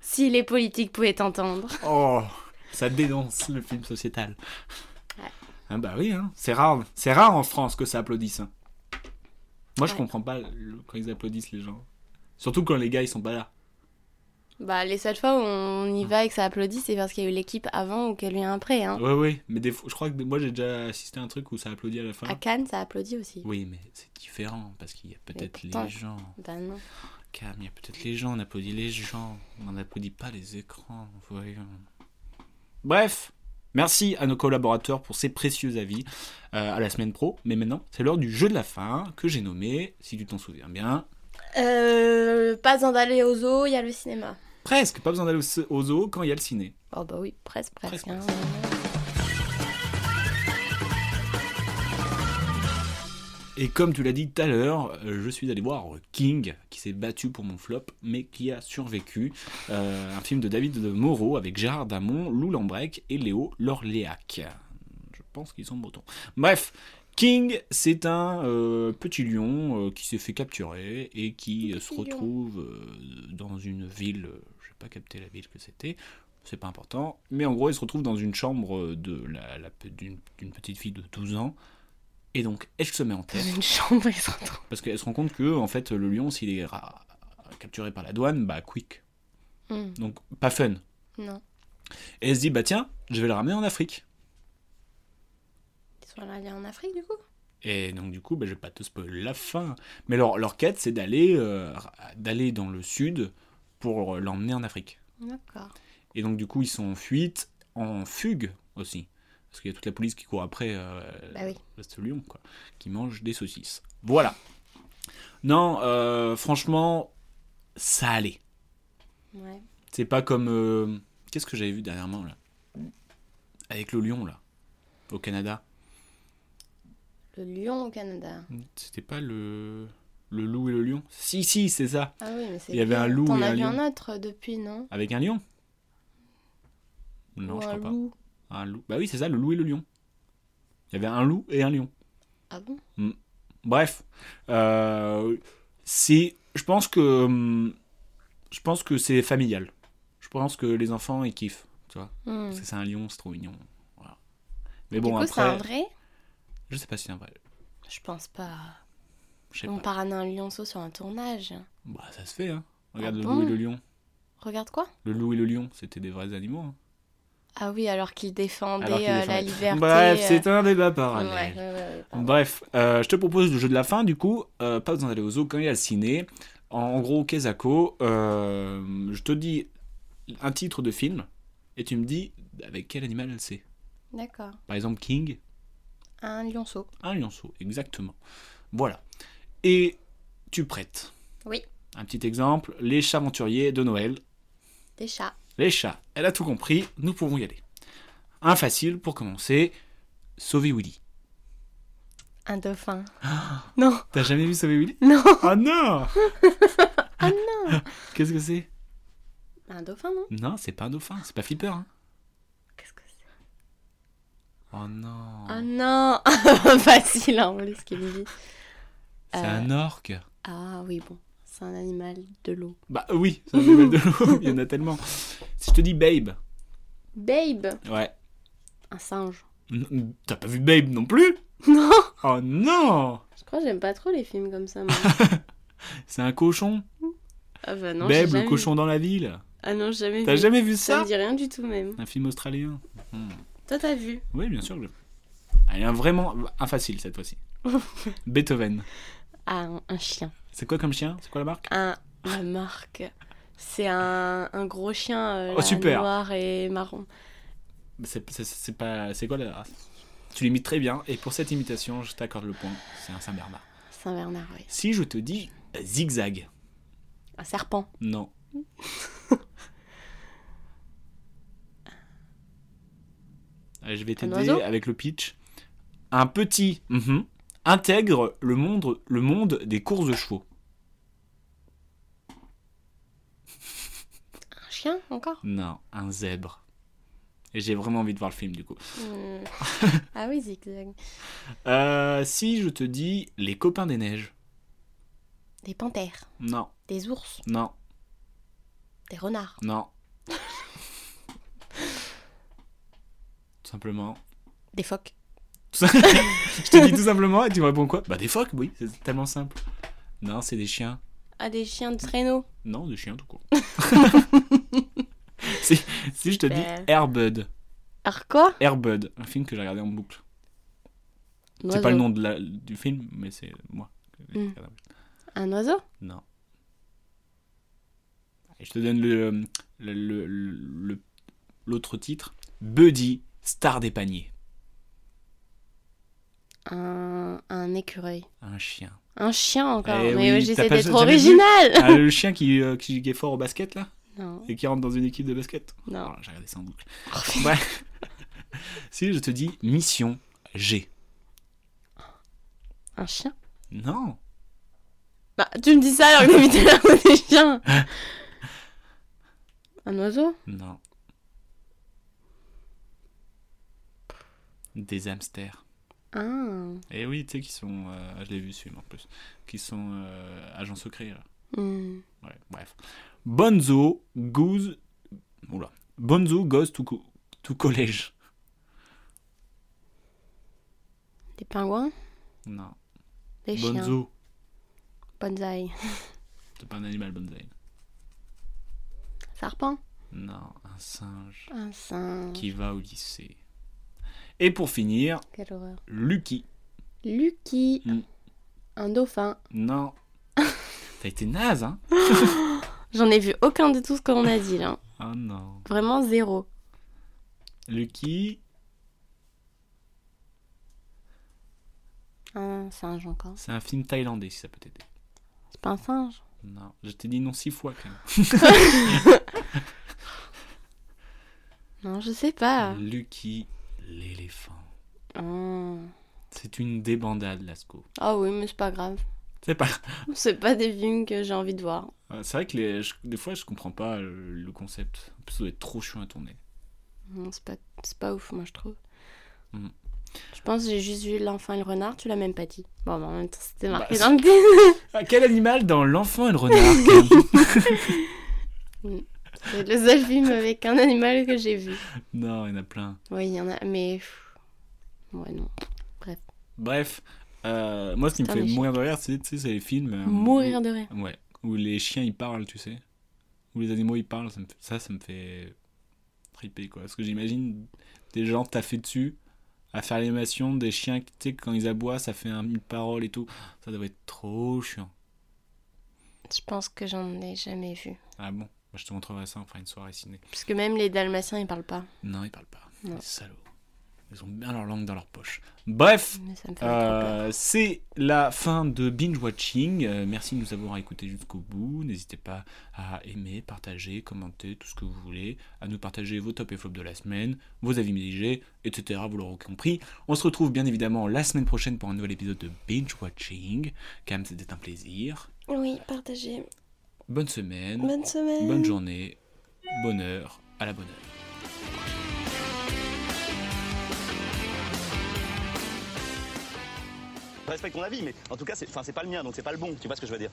[SPEAKER 2] Si les politiques pouvaient t'entendre.
[SPEAKER 1] Oh, ça dénonce le film sociétal.
[SPEAKER 2] Ouais.
[SPEAKER 1] Ah bah oui, hein. c'est rare. C'est rare en France que ça applaudisse. hein. Moi, je
[SPEAKER 2] Ouais.
[SPEAKER 1] comprends pas le- quand ils applaudissent les gens. Surtout quand les gars, ils sont pas là.
[SPEAKER 2] Bah, les seules fois où on y va et que ça applaudit, c'est parce qu'il y a eu l'équipe avant ou qu'elle vient après. Hein.
[SPEAKER 1] Ouais, ouais. Mais des fois, je crois que moi, j'ai déjà assisté à un truc où ça applaudit à la fin.
[SPEAKER 2] À Cannes, ça applaudit aussi.
[SPEAKER 1] Oui, mais c'est différent parce qu'il y a peut-être
[SPEAKER 2] pourtant-
[SPEAKER 1] les gens.
[SPEAKER 2] Bah non.
[SPEAKER 1] Cam, il y a peut-être les gens, on applaudit les gens, on n'applaudit pas les écrans, voyons. Bref, merci à nos collaborateurs pour ces précieux avis euh, à la semaine pro, mais maintenant, c'est l'heure du jeu de la fin que j'ai nommé, si tu t'en souviens bien,
[SPEAKER 2] Euh, pas en d'aller aux zoo, il y a le cinéma.
[SPEAKER 1] presque, pas besoin d'aller au, au zoo quand il y a le ciné.
[SPEAKER 2] Oh bah oui, presque, presque.
[SPEAKER 1] Presque,
[SPEAKER 2] hein.
[SPEAKER 1] Et comme tu l'as dit tout à l'heure, euh, je suis allé voir King, qui s'est battu pour mon flop, mais qui a survécu. Euh, un film de David de Moreau avec Gérard Damon, Lou Lambrec et Léo Lorléac. Je pense qu'ils sont bretons. Bref, King, c'est un euh, petit lion euh, qui s'est fait capturer et qui euh, se
[SPEAKER 2] Petit lion.
[SPEAKER 1] retrouve euh, dans une ville, euh, je sais pas capté la ville que c'était. C'est pas important. Mais en gros, il se retrouve dans une chambre de la- la pe- d'une d'une petite fille de 12 ans. Et donc, elle se met en
[SPEAKER 2] Dans
[SPEAKER 1] tête.
[SPEAKER 2] une chambre, ils se retrouvent.
[SPEAKER 1] Parce qu'elle se rend compte que, en fait, le lion, s'il est ra- capturé par la douane, bah, quick.
[SPEAKER 2] Hmm,
[SPEAKER 1] Donc, pas fun.
[SPEAKER 2] non,
[SPEAKER 1] Et elle se dit, bah tiens, je vais le ramener en Afrique.
[SPEAKER 2] ils sont allés en Afrique du coup.
[SPEAKER 1] Et donc du coup, bah, je vais pas te spoiler la fin. Mais leur, leur quête, c'est d'aller euh, d'aller dans le sud pour euh, l'emmener en Afrique.
[SPEAKER 2] D'accord.
[SPEAKER 1] Et donc du coup, ils sont en fuite, en fugue aussi. Parce qu'il y a toute la police qui court après euh,
[SPEAKER 2] Bah oui.
[SPEAKER 1] ce lion, quoi, qui mange des saucisses. Voilà. Non, euh, franchement, ça allait.
[SPEAKER 2] Ouais.
[SPEAKER 1] C'est pas comme... euh, Qu'est-ce que j'avais vu dernièrement, là Avec le lion, là, au Canada.
[SPEAKER 2] Le lion au Canada.
[SPEAKER 1] C'était pas le... Le loup et le lion Si, si, c'est ça.
[SPEAKER 2] Ah oui, mais c'est.
[SPEAKER 1] Il y avait
[SPEAKER 2] pire.
[SPEAKER 1] un loup
[SPEAKER 2] T'en
[SPEAKER 1] et
[SPEAKER 2] as
[SPEAKER 1] un
[SPEAKER 2] vu
[SPEAKER 1] lion.
[SPEAKER 2] un autre depuis, non
[SPEAKER 1] Avec un lion Non,
[SPEAKER 2] Ou
[SPEAKER 1] je
[SPEAKER 2] un
[SPEAKER 1] crois
[SPEAKER 2] loup.
[SPEAKER 1] pas. Un loup. Bah oui, c'est ça, le loup et le lion. Il y avait un loup et un lion.
[SPEAKER 2] Ah bon
[SPEAKER 1] Bref, euh, c'est, je pense que, hum, je pense que c'est familial. Je pense que les enfants ils kiffent, tu vois.
[SPEAKER 2] Hmm.
[SPEAKER 1] Parce que c'est un lion, c'est trop mignon. Voilà. Mais
[SPEAKER 2] Du
[SPEAKER 1] bon
[SPEAKER 2] coup, c'est un
[SPEAKER 1] après,
[SPEAKER 2] vrai
[SPEAKER 1] je sais pas si c'est un vrai.
[SPEAKER 2] Je pense pas.
[SPEAKER 1] Je sais
[SPEAKER 2] On
[SPEAKER 1] pas.
[SPEAKER 2] part à un lionceau sur un tournage.
[SPEAKER 1] Bah ça se fait. Hein. Regarde
[SPEAKER 2] Ah
[SPEAKER 1] le
[SPEAKER 2] bon
[SPEAKER 1] loup et le lion.
[SPEAKER 2] Regarde quoi
[SPEAKER 1] Le loup et le lion, c'était des vrais animaux. hein.
[SPEAKER 2] Ah oui, alors qu'il défendait,
[SPEAKER 1] Alors qu'il
[SPEAKER 2] euh,
[SPEAKER 1] défendait.
[SPEAKER 2] la liberté.
[SPEAKER 1] Bref,
[SPEAKER 2] euh,
[SPEAKER 1] c'est un débat
[SPEAKER 2] Ouais,
[SPEAKER 1] parallèle.
[SPEAKER 2] ouais, ouais, ouais, pardon.
[SPEAKER 1] Bref, euh, je te propose le jeu de la fin, du coup, euh, pas besoin d'aller au zoo quand il y a le ciné. En, en gros, Kezako, euh, je te dis un titre de film et tu me dis avec quel animal elle c'est.
[SPEAKER 2] D'accord.
[SPEAKER 1] Par exemple, King,
[SPEAKER 2] Un lionceau.
[SPEAKER 1] un lionceau, exactement. Voilà. Et tu prêtes.
[SPEAKER 2] Oui.
[SPEAKER 1] Un petit exemple, les chats aventuriers de Noël.
[SPEAKER 2] Des chats.
[SPEAKER 1] Les chats, elle a tout compris, nous pouvons y aller. Un facile pour commencer, Sauver Willy.
[SPEAKER 2] Un dauphin. non,
[SPEAKER 1] T'as jamais vu Sauver Willy
[SPEAKER 2] non.
[SPEAKER 1] Ah non Ah non Qu'est-ce que c'est
[SPEAKER 2] Un dauphin, non
[SPEAKER 1] Non, c'est pas un dauphin, c'est pas Flipper. Hein.
[SPEAKER 2] Qu'est-ce que c'est
[SPEAKER 1] Oh non
[SPEAKER 2] Ah non Facile, en plus, ce qu'il me dit.
[SPEAKER 1] C'est
[SPEAKER 2] euh,
[SPEAKER 1] un orque
[SPEAKER 2] Ah oui, bon. C'est un animal de l'eau.
[SPEAKER 1] Bah oui, c'est un animal de l'eau, il y en a tellement. Si je te dis Babe,
[SPEAKER 2] Babe
[SPEAKER 1] ouais.
[SPEAKER 2] Un singe.
[SPEAKER 1] N- T'as pas vu Babe non plus
[SPEAKER 2] Non
[SPEAKER 1] Oh non
[SPEAKER 2] Je crois que j'aime pas trop les films comme ça, moi.
[SPEAKER 1] C'est un cochon
[SPEAKER 2] ah bah non, j'ai
[SPEAKER 1] Babe,
[SPEAKER 2] jamais
[SPEAKER 1] le
[SPEAKER 2] vu.
[SPEAKER 1] cochon dans la ville
[SPEAKER 2] Ah non, j'ai jamais
[SPEAKER 1] T'as
[SPEAKER 2] vu.
[SPEAKER 1] jamais vu
[SPEAKER 2] Ça
[SPEAKER 1] ça
[SPEAKER 2] me dit rien du tout, même.
[SPEAKER 1] Un film australien
[SPEAKER 2] Toi, t'as vu
[SPEAKER 1] Oui, bien sûr. que je- Ah, Elle est vraiment infacile cette fois-ci. Beethoven.
[SPEAKER 2] Ah, un, un chien.
[SPEAKER 1] C'est quoi comme chien C'est quoi la marque
[SPEAKER 2] Un... La marque. C'est un, un gros chien euh,
[SPEAKER 1] Oh,
[SPEAKER 2] là,
[SPEAKER 1] super.
[SPEAKER 2] noir et marron.
[SPEAKER 1] C'est c'est- c'est pas. C'est quoi la race Tu l'imites très bien et pour cette imitation, je t'accorde le point. C'est un Saint Bernard.
[SPEAKER 2] Saint-Bernard, oui.
[SPEAKER 1] Si je te dis euh, zigzag,
[SPEAKER 2] Un serpent.
[SPEAKER 1] non. Allez, je vais t'aider
[SPEAKER 2] oiseau
[SPEAKER 1] avec le pitch. Un petit mhm, intègre le monde, le monde des courses de chevaux.
[SPEAKER 2] Un chien, encore
[SPEAKER 1] Non, un zèbre. Et j'ai vraiment envie de voir le film du coup.
[SPEAKER 2] Euh, Ah oui, zigzag.
[SPEAKER 1] Euh, si je te dis les copains des neiges.
[SPEAKER 2] Des panthères,
[SPEAKER 1] Non,
[SPEAKER 2] des ours,
[SPEAKER 1] non,
[SPEAKER 2] des renards.
[SPEAKER 1] non. Tout simplement.
[SPEAKER 2] Des phoques.
[SPEAKER 1] je te dis tout simplement et tu me réponds quoi Bah des phoques, oui, c'est tellement simple. Non, c'est des chiens.
[SPEAKER 2] Ah, des chiens de traîneau.
[SPEAKER 1] Non, des chiens tout court. si, si je te dis
[SPEAKER 2] Super.
[SPEAKER 1] Airbud.
[SPEAKER 2] Alors quoi
[SPEAKER 1] Airbud, un film que j'ai regardé en boucle. C'est pas le nom de la- du film, mais c'est moi. qui l'ai
[SPEAKER 2] Mm.
[SPEAKER 1] regardé en boucle.
[SPEAKER 2] Un oiseau
[SPEAKER 1] Non. Et je te donne le le- le- le- l'autre titre. Buddy, star des paniers.
[SPEAKER 2] un... un écureuil.
[SPEAKER 1] Un chien.
[SPEAKER 2] Un chien encore.
[SPEAKER 1] Eh oui,
[SPEAKER 2] mais euh,
[SPEAKER 1] t'as
[SPEAKER 2] j'essaie
[SPEAKER 1] pas-
[SPEAKER 2] d'être
[SPEAKER 1] t'as jamais vu
[SPEAKER 2] original.
[SPEAKER 1] Ah, le chien qui, euh, qui, qui est fort au basket là
[SPEAKER 2] Non,
[SPEAKER 1] et qui rentre dans une équipe de basket.
[SPEAKER 2] non.
[SPEAKER 1] Oh, j'ai regardé ça en boucle. Ouais. si je te dis mission G.
[SPEAKER 2] Un chien
[SPEAKER 1] Non.
[SPEAKER 2] Bah, tu me dis ça alors que t'habites là où des chiens. un oiseau
[SPEAKER 1] Non. Des hamsters. Eh
[SPEAKER 2] Ah.
[SPEAKER 1] Et oui, tu sais qu'ils sont. euh, je l'ai vu celui-là en plus. Qui sont euh, agents secrets là.
[SPEAKER 2] Hmm.
[SPEAKER 1] Ouais, bref. Bonzo goes. Oula. Bonzo goes to, co- to college.
[SPEAKER 2] Des pingouins
[SPEAKER 1] Non.
[SPEAKER 2] Des chiens
[SPEAKER 1] Bonzo.
[SPEAKER 2] Bonsaï.
[SPEAKER 1] C'est pas un animal, bonsaï.
[SPEAKER 2] Serpent
[SPEAKER 1] Non, un singe
[SPEAKER 2] Un singe.
[SPEAKER 1] qui va au lycée. Et pour finir,
[SPEAKER 2] Quelle horreur.
[SPEAKER 1] Lucky.
[SPEAKER 2] Lucky
[SPEAKER 1] Hmm.
[SPEAKER 2] Un dauphin.
[SPEAKER 1] Non. T'as été naze, hein
[SPEAKER 2] J'en ai vu aucun de tout ce qu'on a dit là.
[SPEAKER 1] Oh non.
[SPEAKER 2] Vraiment zéro.
[SPEAKER 1] Lucky,
[SPEAKER 2] Un singe encore.
[SPEAKER 1] c'est un film thaïlandais, si ça peut t'aider.
[SPEAKER 2] C'est pas un singe.
[SPEAKER 1] Non, je t'ai dit non six fois quand même.
[SPEAKER 2] Non, je sais pas.
[SPEAKER 1] Lucky, l'éléphant.
[SPEAKER 2] Ah.
[SPEAKER 1] C'est une débandade, Lasco.
[SPEAKER 2] Ah oui, mais c'est pas grave.
[SPEAKER 1] C'est pas.
[SPEAKER 2] C'est pas des films que j'ai envie de voir.
[SPEAKER 1] Ouais, Euh, C'est vrai que les- je- des fois, je comprends pas euh, le concept. En plus, ça doit être trop chiant à tourner.
[SPEAKER 2] Non, C'est pas, c'est pas ouf, moi, je trouve.
[SPEAKER 1] Mm.
[SPEAKER 2] Je pense que j'ai juste vu L'Enfant et le Renard, tu l'as même pas dit. Bon, bah, en même temps, c'était
[SPEAKER 1] Bah,
[SPEAKER 2] marqué
[SPEAKER 1] c'est-
[SPEAKER 2] dans le titre.
[SPEAKER 1] Ah, quel animal dans L'enfant et le renard quand même
[SPEAKER 2] C'est le seul film avec un animal que j'ai vu.
[SPEAKER 1] Non, il y en a plein.
[SPEAKER 2] Oui, il y en a, mais. pff, Ouais, non.
[SPEAKER 1] Bref, euh, moi, ce qui me
[SPEAKER 2] Putain,
[SPEAKER 1] fait
[SPEAKER 2] les chiens.
[SPEAKER 1] mourir de rire, c'est tu sais, c'est les films. euh,
[SPEAKER 2] Mourir de rire.
[SPEAKER 1] où- Ouais, où les chiens ils parlent, tu sais. Où les animaux ils parlent, ça, me fait- ça, ça me fait triper quoi. Parce que j'imagine des gens taffés dessus à faire l'animation des chiens, qui, tu sais, quand ils aboient, ça fait un- une parole et tout. Ça doit être trop chiant.
[SPEAKER 2] Je pense que j'en ai jamais vu.
[SPEAKER 1] Ah bon, Bah, je te montrerai ça, on fera une soirée ciné.
[SPEAKER 2] Parce que même les Dalmatiens, ils parlent pas.
[SPEAKER 1] Non, ils parlent pas.
[SPEAKER 2] Non.
[SPEAKER 1] Les salauds. Ils ont bien leur langue dans leur poche. Bref,
[SPEAKER 2] Mais ça me fait trop peur.
[SPEAKER 1] euh, c'est la fin de Binge Watching. Euh, merci de nous avoir écoutés jusqu'au bout. N'hésitez pas à aimer, partager, commenter, tout ce que vous voulez. À nous partager vos top et flops de la semaine, vos avis mitigés, etc. Vous l'aurez compris. On se retrouve bien évidemment la semaine prochaine pour un nouvel épisode de Binge Watching. Cam, c'était un plaisir.
[SPEAKER 2] Oui, partagez.
[SPEAKER 1] Bonne semaine.
[SPEAKER 2] Bonne semaine.
[SPEAKER 1] Bonne journée, bonne heure, à la bonne heure.
[SPEAKER 3] Je respecte ton avis, mais en tout cas, c'est enfin, c'est pas le mien, donc c'est pas le bon. Tu vois ce que je veux dire